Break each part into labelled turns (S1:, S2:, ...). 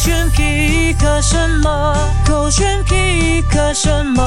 S1: 选皮克什么？狗选皮克什么？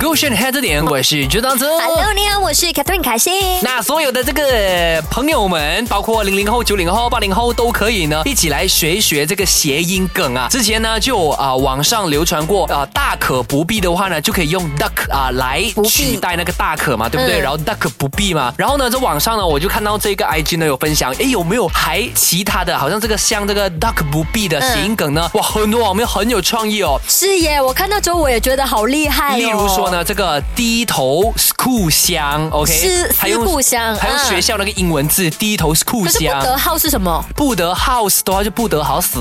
S2: 勾选黑着点，我是朱当子。
S3: Hello，你好，我是 Catherine 凯欣。
S2: 那所有的这个朋友们，包括零零后、九零后、八零后，都可以呢，一起来学一学这个谐音梗啊。之前呢，就有啊、网上流传过啊、大可不必的话呢，就可以用 duck 啊、来
S3: 不必
S2: 取代那个大可嘛，对不对？
S3: 嗯
S2: 然后 duck 不必嘛。然后呢，在网上呢，我就看到这个 IG 呢有分享，哎诶，有没有还其他的，好像这个像这个 duck 不必的谐音梗呢？哇，很多网友很有创意哦。
S3: 是耶，我看到之后我也觉得好厉害哦。
S2: 例如说呢，这个低头故乡，OK，
S3: 思思故乡
S2: 还有
S3: 嗯
S2: 学校那个英文字低头故
S3: 可是不
S2: 乡，
S3: 得号是什么？
S2: 不得好死的话就不得好死，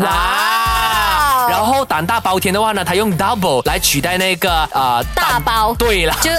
S3: 哇
S2: 啊然后胆大包天的话呢，他用 double 来取代那个呃
S3: 大
S2: 胆
S3: 包
S2: 对了，
S3: 就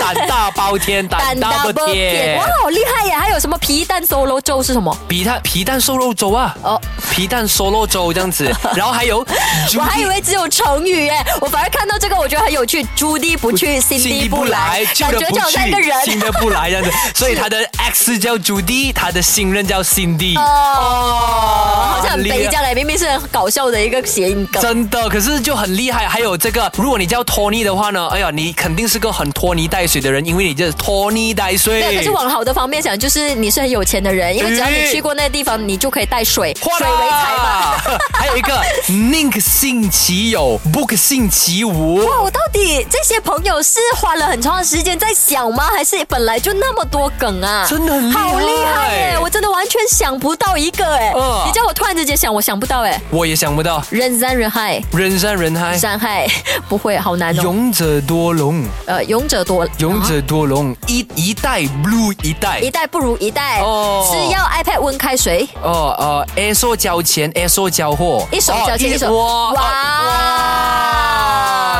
S2: 胆大包天，胆大包天
S3: 哇，，好厉害耶！还有什么皮蛋 solo 粥是什么？
S2: 皮蛋皮蛋瘦肉粥啊，
S3: 哦，
S2: 皮蛋瘦肉粥这样子，然后还有
S3: 我还
S2: Judy
S3: 以为只有成语耶，我反而看到这个我觉得很有趣。朱棣不去， 辛
S2: 新
S3: 迪
S2: 的
S3: 不
S2: 不
S3: 来
S2: 来，，
S3: 感
S2: 旧
S3: 觉
S2: 的
S3: 就
S2: 不
S3: 好像一个
S2: 去，
S3: 人。
S2: 新的不来 这样子，所以他的 ex 叫 Judy，他的新任叫 Cindy，
S3: 啊哦，好像很
S2: 厉害
S3: 悲这样嘞，明明是很搞笑的一个谐音梗。
S2: 真的，可是就很厉害。还有这个，如果你叫托尼的话呢，哎呀，你肯定是个很拖泥带水的人，因为你这拖泥带水。
S3: 对，可是往好的方面想，就是你是很有钱的人，因为只要你
S2: 咦
S3: 去过那个地方，你就可以带水，
S2: 哗
S3: 水
S2: 啦
S3: 为财嘛。。
S2: 还有一个 Nink 信其有，Book 信其无。
S3: 哇，我到底这些朋友是花了很长的时间在想吗？还是本来就那么多梗啊？
S2: 真的很厉害
S3: 好厉害耶！我真的完全想不到一个哎、
S2: 嗯
S3: 你叫我突然之间想，我想不到哎。
S2: 我也想不到，
S3: 人山人海，
S2: 人山人海，
S3: 山海 不会，好难哦。
S2: 哎勇者多龙，
S3: 呃，勇者多，
S2: 勇
S3: 啊
S2: 者多龙，一一代 blue 一代
S3: 一代不如一代。
S2: 哦
S3: 吃药 iPad 温开水，
S2: 哦哦，A 说交钱，A 说交货，
S3: 一手交钱
S2: 哦
S3: 一手
S2: 哇
S3: 哇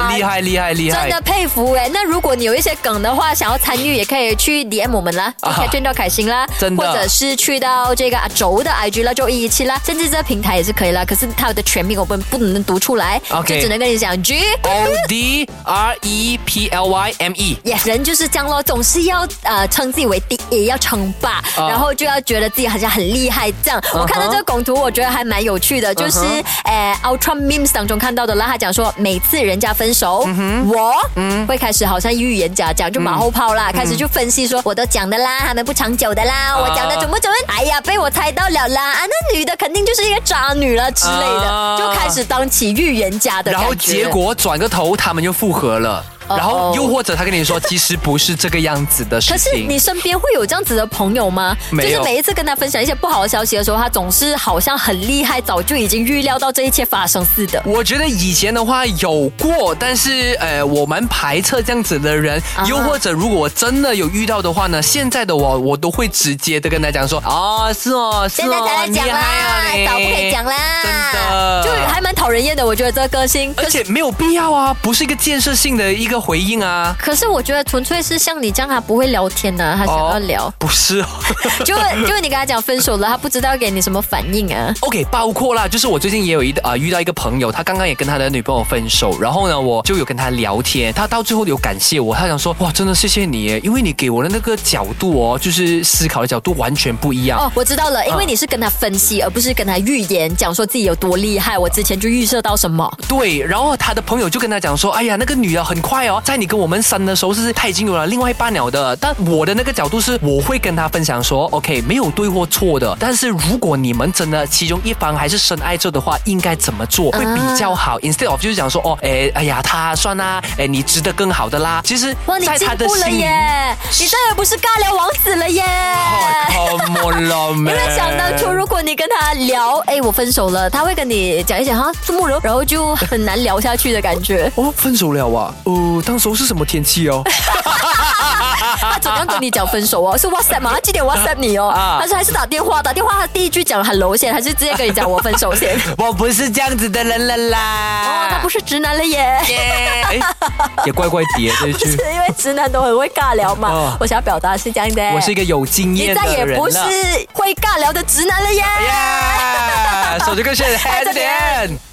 S2: 哇，厉害厉害厉害！
S3: 真的佩服哎、那如果你有一些梗的话，想要参与，也可以去 DM 我们啦，就
S2: 啊
S3: 可以见到凯欣啦，
S2: 真的
S3: 或者是去到这个阿轴的 IG 啦，就一一七啦，甚至这平台也是可以啦。可是它的全名我们不能读出来
S2: OK
S3: 就只能跟你讲 G。
S2: O D R E P L Y M E，
S3: 也人就是这样咯，总是要呃称自己为第一，要称霸
S2: 啊
S3: 然后就要觉得自己好像很厉害这样。我看到这个梗图，我觉得还蛮有趣的，就是呃
S2: 嗯
S3: Ultra Memes 当中看到的啦。他讲说，每次人家分手，
S2: 嗯
S3: 我会开始好像预言家讲，就马后炮
S2: 嗯
S3: 啦，开始就分析说我都讲的啦，他们不长久的啦，
S2: 啊
S3: 我讲的准不准？哎呀，被我猜到了啦，啊，那女的肯定就是一个渣女了之类的，
S2: 啊
S3: 就开始当起预言家的
S2: 然
S3: 感觉。
S2: 后结果转个头，他们就复合了。
S3: 哦
S2: 然后又或者他跟你说，其实不是这个样子的事
S3: 可是
S2: 情。
S3: 你身边会有这样子的朋友吗？就
S2: 没有
S3: 是每一次跟他分享一些不好的消息的时候，他总是好像很厉害，早就已经预料到这一切发生似的。
S2: 我觉得以前的话有过，但是呃，我蛮排斥这样子的人。
S3: 啊
S2: 又或者，如果真的有遇到的话呢，现在的我我都会直接的跟他讲说，哦，是哦，是
S3: 现在
S2: 哦，
S3: 才来讲
S2: 厉
S3: 啦
S2: 害啊，你
S3: 早不可以讲啦，
S2: 真的呃
S3: 就还蛮讨人厌的。我觉得这个个性，
S2: 而且没有必要啊，不是一个建设性的一个回应啊。
S3: 可是我觉得纯粹是像你这样，他不会聊天呐、他想要聊，
S2: 不是哦。
S3: 就就你跟他讲分手了，他不知道给你什么反应啊。
S2: OK，包括啦，就是我最近也有一啊、遇到一个朋友，他刚刚也跟他的女朋友分手，然后呢，我就有跟他聊天，他到最后有感谢我，他想说哇，真的谢谢你耶，因为你给我的那个角度哦，就是思考的角度完全不一样。
S3: 哦，我知道了，因为你是跟他分析，而不是跟他预言，讲说自己有多厉害，我之前就预设到什么。
S2: 对，然后他的朋友就跟他讲说，哎呀，那个女的很快哦，在你跟我们删的时候是她已经有了另外一半了的。但我的那个角度是，我会跟他分享 说，OK，没有对或错的，但是如果你们真的其中一方还是深爱着的话，应该怎么做
S3: 嗯
S2: 会比较好、i n s t e a d of 就是讲说，哦，哎，哎呀，他算啦，哎，你值得更好的啦。其实
S3: 哇，，你
S2: 在
S3: 进
S2: 他的
S3: 步了
S2: 心里
S3: 耶，！你再也不是尬聊王子了耶！
S2: 哦，come on 了，因。
S3: 因为想当初，如果你跟他聊，哎，我分手了，他会跟你讲一讲哈，这么柔，然后就很难聊下去的感觉
S2: 哦，分手了啊！哦，当时候是什么天气哦？
S3: 他怎样跟你讲分手哦？是 WhatsApp 吗？他几点 WhatsApp 你哦？
S2: 啊
S3: 还是还是打电话？打电话他第一句讲 hello 先，还是直接跟你讲我分手 先？
S2: 我不是这样子的人了啦。
S3: 哦，他不是直男了 耶。
S2: 哎，也怪怪叠这一
S3: 是
S2: 句。
S3: 因为直男都很会尬聊嘛，
S2: 哦
S3: 我想要表达是这样的。
S2: 我是一个有经
S3: 哎你
S2: 验
S3: 再
S2: 的
S3: 也
S2: 人啊
S3: 不
S2: 了。
S3: 是会尬聊的直男了耶。
S2: 耶，手机歌是 h
S3: 嗨
S2: a
S3: 哎这
S2: d
S3: 边
S2: 点。